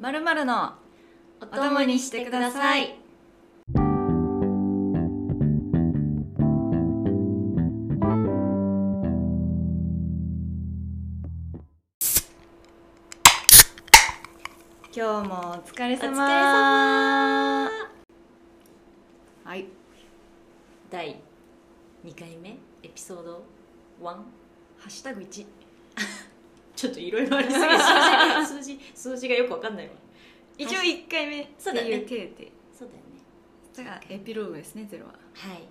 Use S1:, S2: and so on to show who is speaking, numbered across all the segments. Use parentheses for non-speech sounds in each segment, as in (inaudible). S1: まるまるの
S2: お
S1: お供にしてください。今日もお疲れ様
S2: お疲れ様
S1: はい
S2: 第2回目エピソード1
S1: ハッシュタグ1
S2: ちょっといろいろありすぎて数字数字数字がよくわかんないわ
S1: 一応1回目って
S2: そうだ
S1: い
S2: ね
S1: う手で
S2: そうだよね
S1: だからエピローグですねゼロは
S2: はい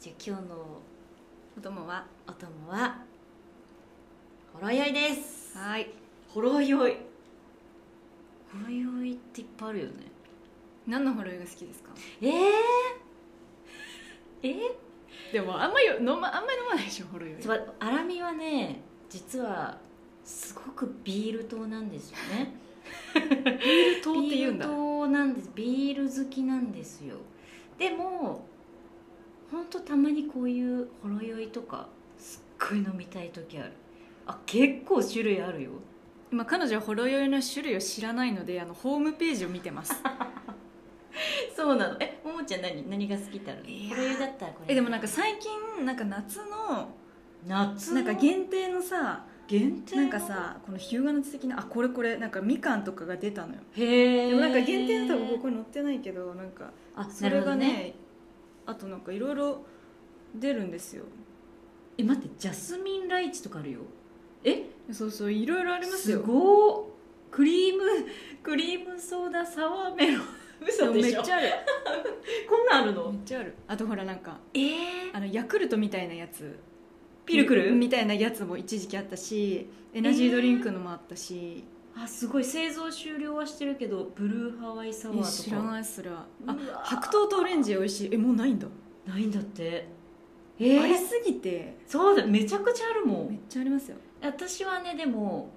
S2: じゃあ今日の
S1: お供は
S2: お供はほろ酔いです
S1: はい
S2: ほろ酔いほろ酔いっていっぱいあるよね
S1: 何のほろ酔いが好きですか
S2: えー、えー
S1: でもあんまよ飲まあんまり飲まないでしょほろ酔い
S2: そうアラミはね実はすごくビール糖なんですよね
S1: 糖って言うんだ
S2: ビール糖なんですビール好きなんですよでもほんとたまにこういうほろ酔いとかすっごい飲みたい時あるあ結構種類あるよ
S1: 今彼女はほろ酔いの種類を知らないのであのホームページを見てます
S2: そうなのえももちゃん何何が好きってあるの
S1: いやー
S2: ほろ酔いだったらこ
S1: (laughs)
S2: れ
S1: えでもなんか最近なんか夏の
S2: 夏
S1: な
S2: の
S1: んか限定のさ
S2: 限定の
S1: なんかさこの日向夏的なあこれこれなんかみかんとかが出たのよ
S2: へえ
S1: でもなんか限定だとここに載ってないけどなんか
S2: あ
S1: そ
S2: なる
S1: れ
S2: ほど
S1: がね
S2: ね
S1: あとなんかいろいろ出るんですよ
S2: え待ってジャスミンライチとかあるよえ
S1: そうそういろいろありますよ
S2: ごっクリームクリームソーダサワーメロン嘘で
S1: め
S2: し
S1: っ
S2: ょ
S1: ちゃある
S2: こんなんある
S1: め
S2: の
S1: っちゃあるあとほらなんか
S2: えー、
S1: あのヤクルトみたいなやつ
S2: ピルクル
S1: みたいなやつも一時期あったしエナジードリンクのもあったし、
S2: あすごい製造終了はしてるけどブルーハワイサワー
S1: え
S2: とか
S1: 知らないそれはあ
S2: うわ
S1: 白桃とオレンジ美味しいえもうないんだ、
S2: ないんだってえー
S1: ありすぎて
S2: そうだめちゃくちゃあるも
S1: めっ
S2: ん
S1: ちゃありますよ
S2: 私はねでも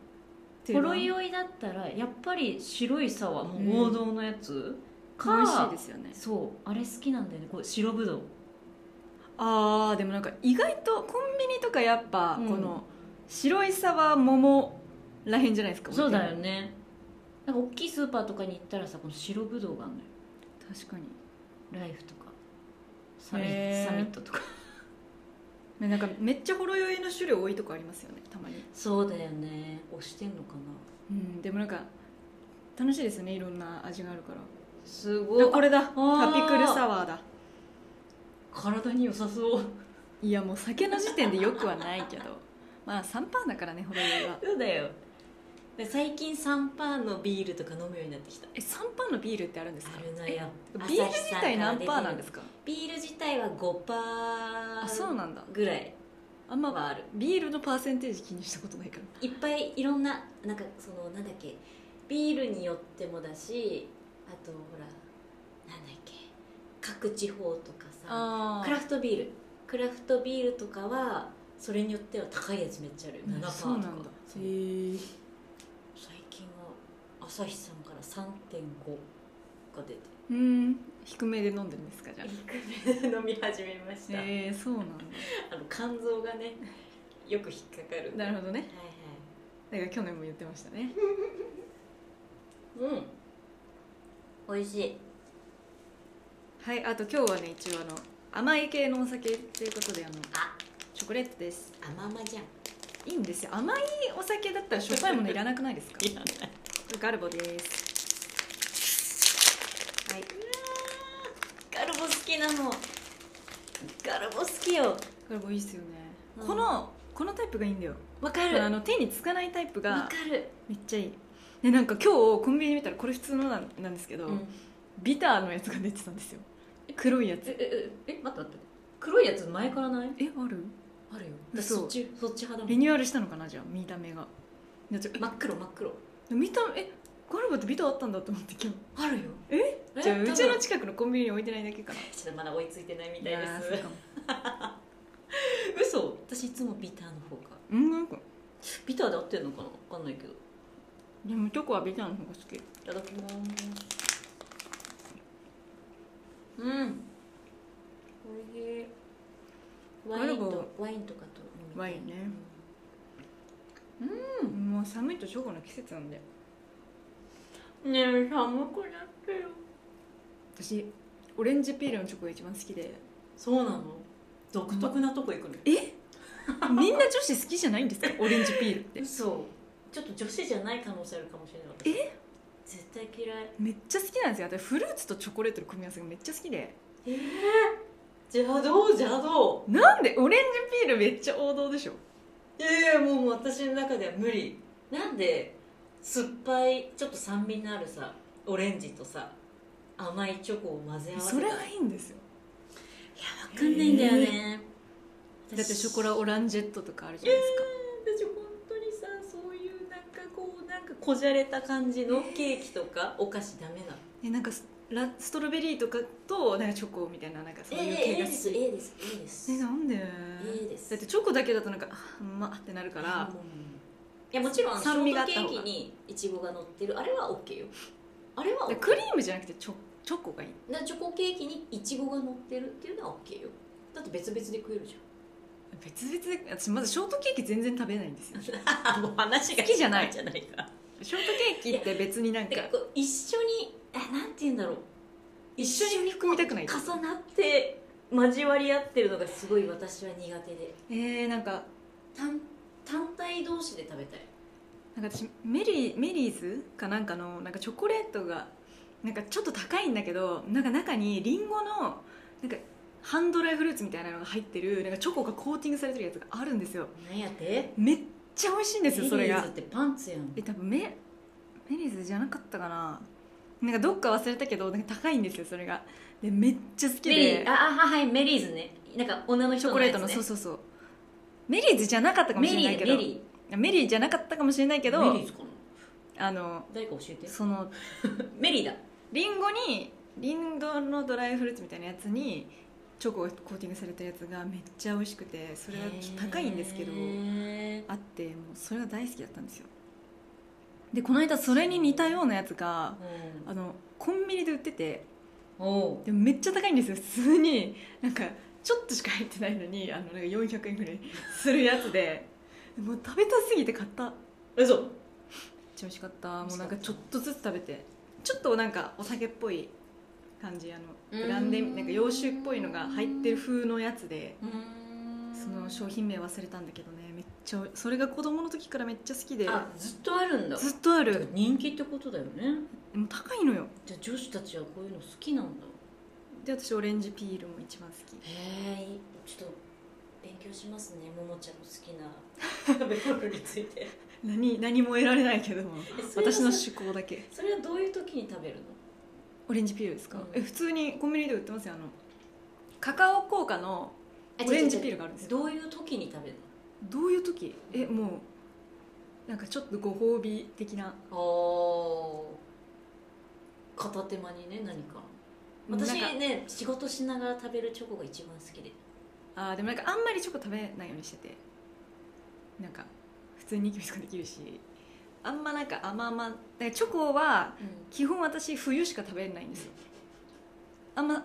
S1: 定
S2: ほ
S1: 番
S2: ろ酔いだったらやっぱり白いサワー
S1: うん
S2: もう王道のやつ、か
S1: 美味しいですよね
S2: そうあれ好きなんだよねこう白ぶどう
S1: あーでもなんか意外とコンビニとかやっぱ
S2: うん
S1: この白いサワー桃らへんじゃないですか
S2: そうだよねなんか大きいスーパーとかに行ったらさこの白ぶどうがあるのよ
S1: 確かに
S2: ライフとかサミ
S1: へー
S2: サミットとか
S1: ねなんかめっちゃほろ酔いの種類多いとこありますよねたまに
S2: そうだよね押してんのか
S1: う
S2: な
S1: んでもなんか楽しいですよねいろんな味があるから
S2: す
S1: だ
S2: ご
S1: これだ
S2: ー
S1: ハピクルサワーだ
S2: 体に良さそう
S1: いやもう酒の時点でよくはないけど (laughs) まあ3パーだからねほろ酔いは
S2: そうだよで最近3パーのビールとか飲むようになってきた
S1: え3パーのビールってあるんですか
S2: あるの
S1: え
S2: よ
S1: ビール自体何パーなんです
S2: か
S1: すか
S2: ビール自体は5パー
S1: あそうなんだ
S2: ぐらい
S1: あんま
S2: はある
S1: ビールのパーセンテージ気にしたことないから
S2: いっぱいいろんななんかそのなんだっけビールによってもだしあとほらなんだっけ各地方とかさ
S1: あ
S2: クラフトビールクラフトビールとかはそれによっては高いやつめっちゃあるよ7%とか
S1: そうなんだ
S2: そ
S1: へ
S2: う
S1: え
S2: 最近は朝日さんから3.5が出て
S1: うん低めで飲んでるんですかじゃあ
S2: 低めで (laughs) 飲み始めました、
S1: へえそうなんだ
S2: あの肝臓がねよく引っかかる
S1: なるほどね
S2: は
S1: だから去年も言ってましたね
S2: いはいうん美味しい
S1: はいあと今日はね一応あの甘い系のお酒ということであの
S2: あ
S1: チョコレートです
S2: 甘々じゃん
S1: いいんですよ甘いお酒だったらしょっぱいものいらな (laughs) くないですか
S2: いらない
S1: ガルボですはいう
S2: わーガルボ好きなのガルボ好きよ
S1: ガルボいいっすよね、
S2: うん
S1: このこのタイプがいいんだよ
S2: わか
S1: あの手につかないタイプ
S2: わ
S1: が
S2: かる
S1: めっちゃいいでなんか今日コンビニ見たらこれ普通のなんなんですけど、
S2: うん
S1: ビターのやつが出てたんですよ黒いやつ
S2: ええええ待って待って黒いやつ前からない
S1: えある
S2: あるよ
S1: 嘘
S2: 私そっちそっち派だ
S1: リ
S2: もん
S1: ニューアルしたのかなじゃあ見た目がだって
S2: 真っ黒真っ黒
S1: え見たえガルボってビターあったんだと思って今日
S2: あるよ
S1: えじゃあう
S2: 多分
S1: ちの近くのコンビニに置いてないだけかな
S2: ちょっとまだ追いついてないみたい
S1: や
S2: で
S1: ーそう
S2: す
S1: かも
S2: 嘘私いつもビターの方が
S1: うんなんか
S2: ビターで合ってんのかなわかんないけどい
S1: でもチョコはビターの方が好き
S2: ただきますうんおいしいワイン
S1: ガル
S2: とワインとかと飲みたい
S1: ワインねもう寒いとチョコの季節なんで
S3: ねえ寒くなってよ
S1: 私オレンジピールのチョコが一番好きで
S2: そうなの独特なとこ行くの、
S1: えみんな女子好きじゃないんですかオレンジピールって
S2: 嘘ちょっと女子じゃない可能性あるかもしれないえ絶対嫌い
S1: めっちゃ好きなんですよ私フルーツとチョコレートの組み合わせがめっちゃ好きで
S2: えー、邪道邪道
S1: なんでオレンジピールめっちゃ王道でしょ
S2: いやいやもうもう私の中では無理なんで酸っぱいちょっと酸味のあるさオレンジとさ甘いチョコを混ぜ合わせた
S1: それはいいんですよ
S2: 分かんないんだよね、
S1: だってショコラオランジェットとかあるじゃないですか、
S2: 私本当にさそういうなんかこうなんかこじゃれた感じのケーキとかお菓子ダメなの
S1: えなんかスラストロベリーとかとなんかチョコみたいななんかそういう系が好き、
S2: ええですええです
S1: えなんで、
S2: えです
S1: だってチョコだけだとなんかあうまってなるから、
S2: いやもちろんショ
S1: 酸味があ
S2: ー
S1: っ
S2: ト
S1: た
S2: ケ
S1: 方が
S2: ーキにいちごが乗ってるあれは OK よあれは
S1: で
S2: OK
S1: クリームじゃなくてチョチョコがいい
S2: なチョコケーキにいちごが乗ってるっていうのは OK よだって別々で食えるじ
S1: 別々で私まずショートケーキ全然食べないんですよ
S2: ゃ
S1: (laughs)
S2: んもう話が
S1: 好きじゃない
S2: じゃないか
S1: ショートケーキって別になんか
S2: でこう一緒にあなんて言うんだろう
S1: 一緒に含みたくない
S2: 重なって交わり合ってるのがすごい私は苦手で
S1: えー、なんか
S2: 単単体同士で食べたい
S1: なんか私メリーメリーズかなんかのなんかチョコレートがなんかちょっと高いんだけどなんか中にリンゴのなんか半ドライフルーツみたいなのが入ってるなんかチョコがコーティングされてるやつがあるんですよ
S2: なんやって
S1: めっちゃ美味しいんですよそれ
S2: メリー
S1: が
S2: ズってパンツやん
S1: え多分メメリーズじゃなかったかななんかどっか忘れたけどなんか高いんですよそれがでめっちゃ好き
S2: メリ
S1: で
S2: ーああはいメリーズねなんか女の
S1: チ
S2: 人
S1: ョコレートの、
S2: やつ
S1: そう
S2: ね
S1: そうそうメリーズじゃなかったかも
S2: メ
S1: しれ
S2: リ
S1: ない
S2: ー
S1: け
S2: ね
S1: ど
S2: メ
S1: メリ
S2: リ
S1: ーじゃなかったかもしれない
S2: ー
S1: け
S2: メリ
S1: ど
S2: ーズかな
S1: あの
S2: 誰か教えて
S1: その
S2: メリーだ
S1: リンゴにリンゴのドライフルーツみたいなやつにチョコがコーティングされたやつがめっちゃ美味しくてそれはちょっと高いんですけど
S2: へー
S1: あってもうそれが大好きだったんですよでこの間それに似たようなやつがあのコンビニで売ってて
S2: うんおう
S1: でもめっちゃ高いんですよ普通になんかちょっとしか入ってないのにあのなんか400円ぐらいするやつでもう食べたすぎて買っためっ
S2: 嘘
S1: ちゃ美味しかったもうなんかちょっとずつ食べてちょっとなんかお酒っぽい感じあのブランデーなんか洋酒っぽいのが入ってる風のやつでその商品名忘れたんだけどねめっちゃそれが子供の時からめっちゃ好きで
S2: あずっとあるんだ
S1: ずっとある
S2: 人気ってことだよね
S1: もう高いのよ
S2: じゃあ女子たちはこういうの好きなんだ
S1: で私オレンジピールも一番好き
S2: へえちょっと勉強しますねももちゃんの好きな食べ物について
S1: 何何も得られないけども私の趣
S2: そ
S1: 向だけ
S2: れはどういう時に食べるの
S1: オレンジピールですか、
S2: うん
S1: え普通にコンビニで売ってますよあのカカオ効果の
S2: あ違う
S1: オレンジ
S2: 違う
S1: ピールがあるんですよ
S2: どういう時に食べる
S1: どういう時えもうなんかちょっとご褒美的な
S2: のお片手間にね何か私
S1: なんか
S2: ね仕事しながら食べるチョコが一番好きで
S1: あーでもなんかあんまりチョコ食べないようにしててなんか普通にニキビとかできるしあんまなんか甘々だからチョコは基本私冬しか食べれないんですよあんま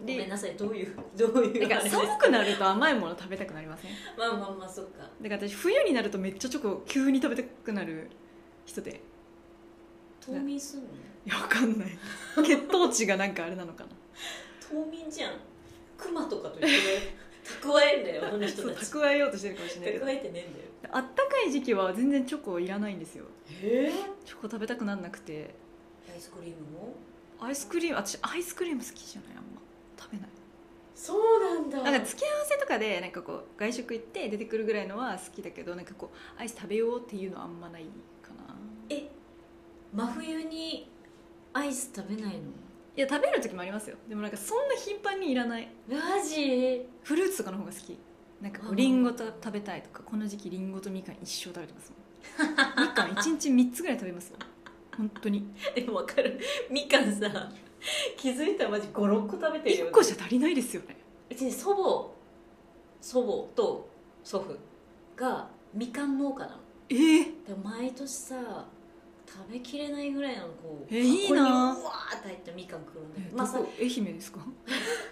S2: ごめん
S1: で
S2: なさいどういう (laughs) どうい
S1: な
S2: う
S1: ん
S2: あ
S1: か
S2: れです
S1: 寒くなると甘いもの食べたくなりません
S2: まあまあまあそっか
S1: だから私冬になるとめっちゃチョコ急に食べたくなる人で
S2: 冬眠すんの
S1: いやわかんない血糖値がなんかあれなの
S2: (laughs)
S1: かな
S2: 冬眠じゃんクマとか
S1: (laughs)
S2: と一緒で蓄えんだよあの人
S1: そう
S2: たち
S1: 蓄えようとしてるかもしれないけど
S2: 蓄えてねえんだよ
S1: あったかい時期は全然チョコいらないんですよ
S2: え
S1: チョコ食べたくなんなくて
S2: アイスクリームも
S1: アイスクリーム私アイスクリーム好きじゃないあんま食べない
S2: そうなんだ
S1: なんか付け合わせとかでなんかこう外食行って出てくるぐらいのは好きだけどなんかこうアイス食べようっていうのはあんまないかな
S2: え真冬にアイス食べないの
S1: いや食べる時もありますよでもなんかそんな頻繁にいらない
S2: マジ
S1: フルーツとかの方が好きなんかこ
S2: あ
S1: う
S2: ー
S1: リンゴと食べたいとかこの時期リンゴとみかん一生食べてますもんみかん1日3つぐらい食べますよ本当に
S2: でもわかるみかんさ気づいたらマジ56個食べてるよ
S1: 1個じゃ足りないですよね
S2: うちね祖母祖母と祖父がみかん農家なの
S1: えー、
S2: でも毎年さ食べきれないぐらいのこう
S1: えいいな
S2: 箱にうわーって入ったみかんくるんだけ
S1: え
S2: どまあさ
S1: どこ愛媛ですか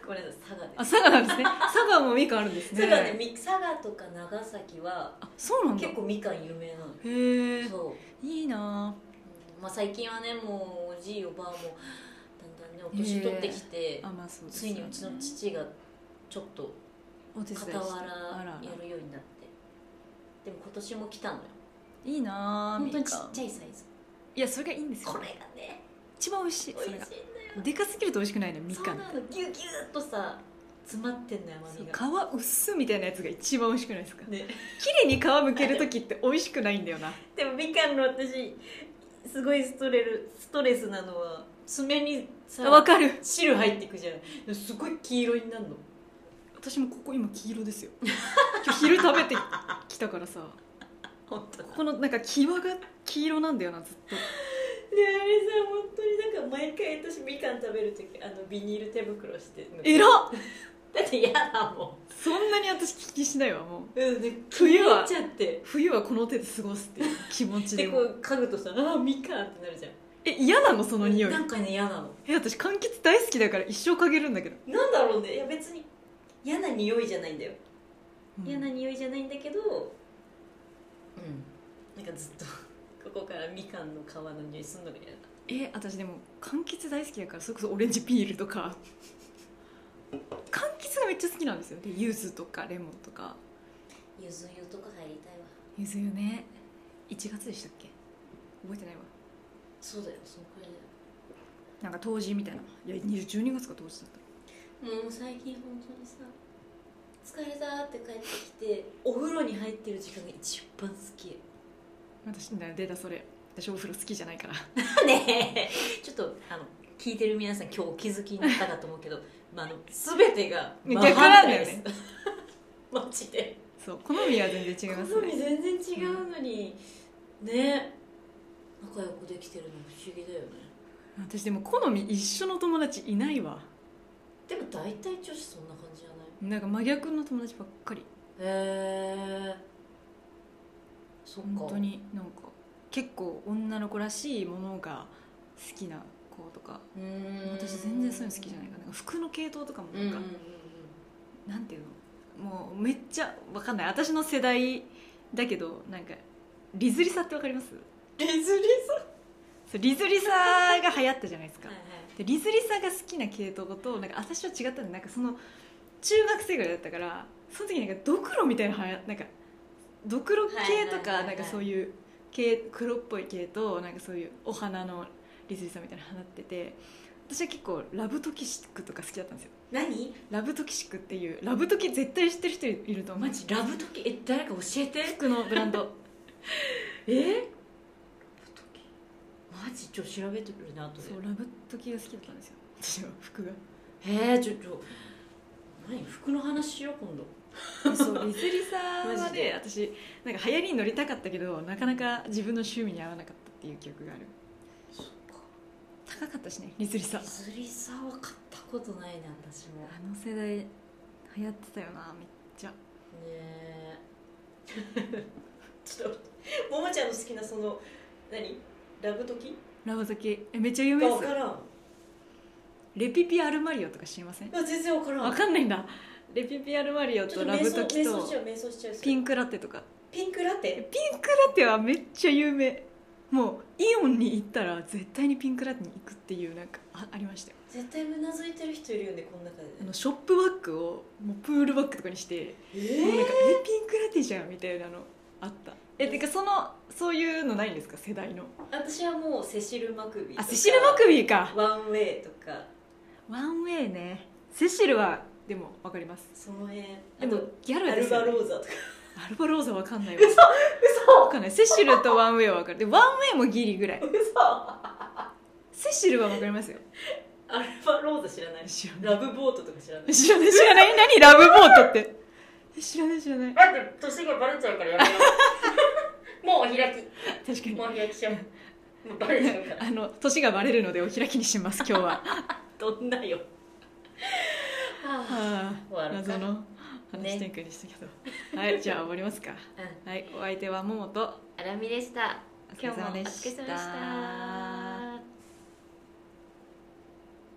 S2: ごめんなさい佐賀で
S1: あ佐賀なんですね佐賀もみかんあるんです
S2: す
S1: ね
S2: 佐賀でみ佐賀とか長崎は
S1: あそうなんだ
S2: 結構みかん有名なの
S1: へえ
S2: そう
S1: いいな
S2: まあ、最近はねもうおじいおばあもだんだんねお年取ってきて、
S1: あまあそうです
S2: つい
S1: よね
S2: にうちの父がちょっと
S1: お手伝いして
S2: 傍
S1: あ
S2: ら
S1: らあら
S2: やるようになってでも今年も来たのよ
S1: いいなあ
S2: 本当に
S1: み
S2: ち
S1: かん
S2: っちゃいサイズ
S1: いやそれがいいんですよ
S2: これがね
S1: 一番美味しい
S2: 美味
S1: そ
S2: しい
S1: れ
S2: んだ
S1: が
S2: よ
S1: でかすぎると美味しくないのよみ
S2: そ
S1: か
S2: うんなのギュギュッとさ詰まってんのよ甘みが
S1: 皮薄みたいなやつが一番美味しくないですか
S2: ね (laughs)
S1: 綺麗に皮むける時って美味しくないんだよな
S2: でもみかんの私すごいストレルストレスなのは爪にさ
S1: わかる
S2: 汁入ってくじゃんすごい黄色になるの
S1: 私もここ今黄色ですよ今日昼食べてきたからさ
S2: 本当
S1: ここのなんか際が黄色なんだよなずっと
S2: であれさ本当になんか毎回私みかん食べる時あのビニール手袋して
S1: えらっ
S2: だって嫌だも、
S1: そんなに私聞きしないわもうん
S2: うん、ね
S1: 冬は
S2: 気に入っちゃって
S1: 冬はこの手で過ごすっていう気持ち
S2: で
S1: で
S2: こ
S1: (laughs) も
S2: う嗅ぐとさああみかんってなるじゃん
S1: え嫌なのその匂い
S2: なんかね嫌なの
S1: え私柑橘大好きだから一生かげるんだけど、
S2: なんだろうねいや別に嫌な匂いじゃないんだよ
S1: うん
S2: 嫌な匂いじゃないんだけどうんなんかずっと (laughs) ここからみかんの皮の匂いすんのが嫌だ
S1: え私でも柑橘大好きだからそれこそオレンジピールとか柑橘がめっちゃ好きなんですよで柚子とかレモンとか
S2: ゆず湯とか入りたいわ
S1: 柚子よね1月でしたっけ覚えてないわ
S2: そうだよそのくらいだよ
S1: なんか冬至みたいないや12月か冬至だった
S2: もう最近本当にさ疲れたって帰ってきてお風呂に入ってる時間が一番好き
S1: 私だ出たそれ私お風呂好きじゃないから
S2: (laughs) ねえちょっとあの聞いてる皆さん今日お気づきになったかと思うけど、まあ、あの全てが真
S1: 逆
S2: 反
S1: なんだ
S2: 対
S1: よ
S2: です
S1: ね
S2: (laughs) マジで
S1: (laughs) そう好みは全然違います
S2: 好み
S1: ね
S2: 全然違うのに、ね仲良くできてるの不思議だよね
S1: 私でも好み一緒の友達いないわ
S2: でも大体女子そんな感じじゃない
S1: なんか真逆の友達ばっかり
S2: へえそっか
S1: 本当になんか結構女の子らしいものが好きな子とか
S2: うーん
S1: 私全然そういうの好きじゃないからなんか服の系統とかも
S2: う
S1: なん
S2: うんん
S1: か、
S2: うんうん
S1: なんていうのもうめっちゃわかんない私の世代だけどなんかリズリサってわかります
S2: レズレズ
S1: そうリズリサが流行ったじゃないですか
S2: はいはい
S1: でリズリサが好きな系統となんか私は違ったんでなんかその中学生ぐらいだったからその時なんかドクロみたいなのはやなんかドクロ系と
S2: はいはいはいは
S1: か
S2: い
S1: なんかそういう系黒っぽい系となんかそういうお花のリズリサみたいなの放ってて私は結構ラブトキシックとか好きだったんですよ
S2: 何
S1: ラブトキシックっていうラブトキ絶対知ってる人いると思う
S2: マジラブ時え誰か教えて
S1: 服のブラン
S2: (laughs)
S1: ド
S2: えマジちょ調べてくるな後で
S1: そうラブトキが好きだったんですよ私は服が
S2: へえちょちょ何服の話しよう今度
S1: そうリズリサは
S2: マジで
S1: ね私なんか流行りに乗りたかったけどなかなか自分の趣味に合わなかったっていう記憶がある
S2: そっか
S1: 高かったしねリズリサあ
S2: 釣りさは買ったことないな私も
S1: の世代流行ってたよなめっちゃ
S2: ねえ (laughs) ちょっとももちゃんの好きなその何ラブ時
S1: ラブトキえめっちゃ有名
S2: が
S1: で
S2: 分
S1: す
S2: か
S1: よ
S2: らん
S1: レピピアルマリオとか知りません
S2: あ全然分からん
S1: わかんないんだレピピアルマリオ
S2: ちょ
S1: と
S2: っと
S1: ラ
S2: 瞑
S1: ブ
S2: 想
S1: トキ
S2: 瞑想し
S1: と
S2: ちゃう瞑想しちゃう
S1: ピ
S2: ン
S1: ンクラテとか
S2: ピンクラテ
S1: ピンクラテはめっちゃ有名もうイオンに行ったら絶対にピンクラテに行くっていうなんかあありましたよ
S2: 絶対うなずいてる人いるよねこの中で
S1: あ
S2: ね
S1: のショップバッグをもうプールバッグとかにしてもうな
S2: ええ
S1: んかえピンクラテじゃんみたいなのあったえてかそのそういうのないんですか世代の
S2: 私はもうセシル・マクビーとか
S1: あセシル・マクビーか
S2: ワンウェイとか
S1: ワンウェイねセシルはでも分かります
S2: その辺
S1: でもギャ
S2: あと
S1: ル
S2: ア
S1: で
S2: ル
S1: す
S2: バ
S1: よ、ね、
S2: ローザとか
S1: アルバローザ分かんないわ分かんないセシルとワンウェイは分かるでワンウェイもギリぐらい
S2: 嘘ア
S1: セシルは分かりますよ
S2: ルバローザ知らない
S1: 知らない
S2: ラブボートとか知らない
S1: 知らない知らない何ラブボートってえ知らない知らない
S2: 待って年がバレちゃうからやめよ (laughs) うもうお開き
S1: 確かに
S2: もうお開きしようもうバレちゃう
S1: (laughs)
S2: から
S1: あの年がバレるのでお開きにします今日 (laughs) は
S2: どんな (laughs) よは
S1: は
S2: 終わ
S1: あ
S2: ろうか
S1: 謎の話展開でしたけど、はいじゃあ終わりますか
S2: あ、うん、
S1: はいお相手はももと
S2: あらみでした
S1: お疲れ様で
S2: 今日もお疲れ様でした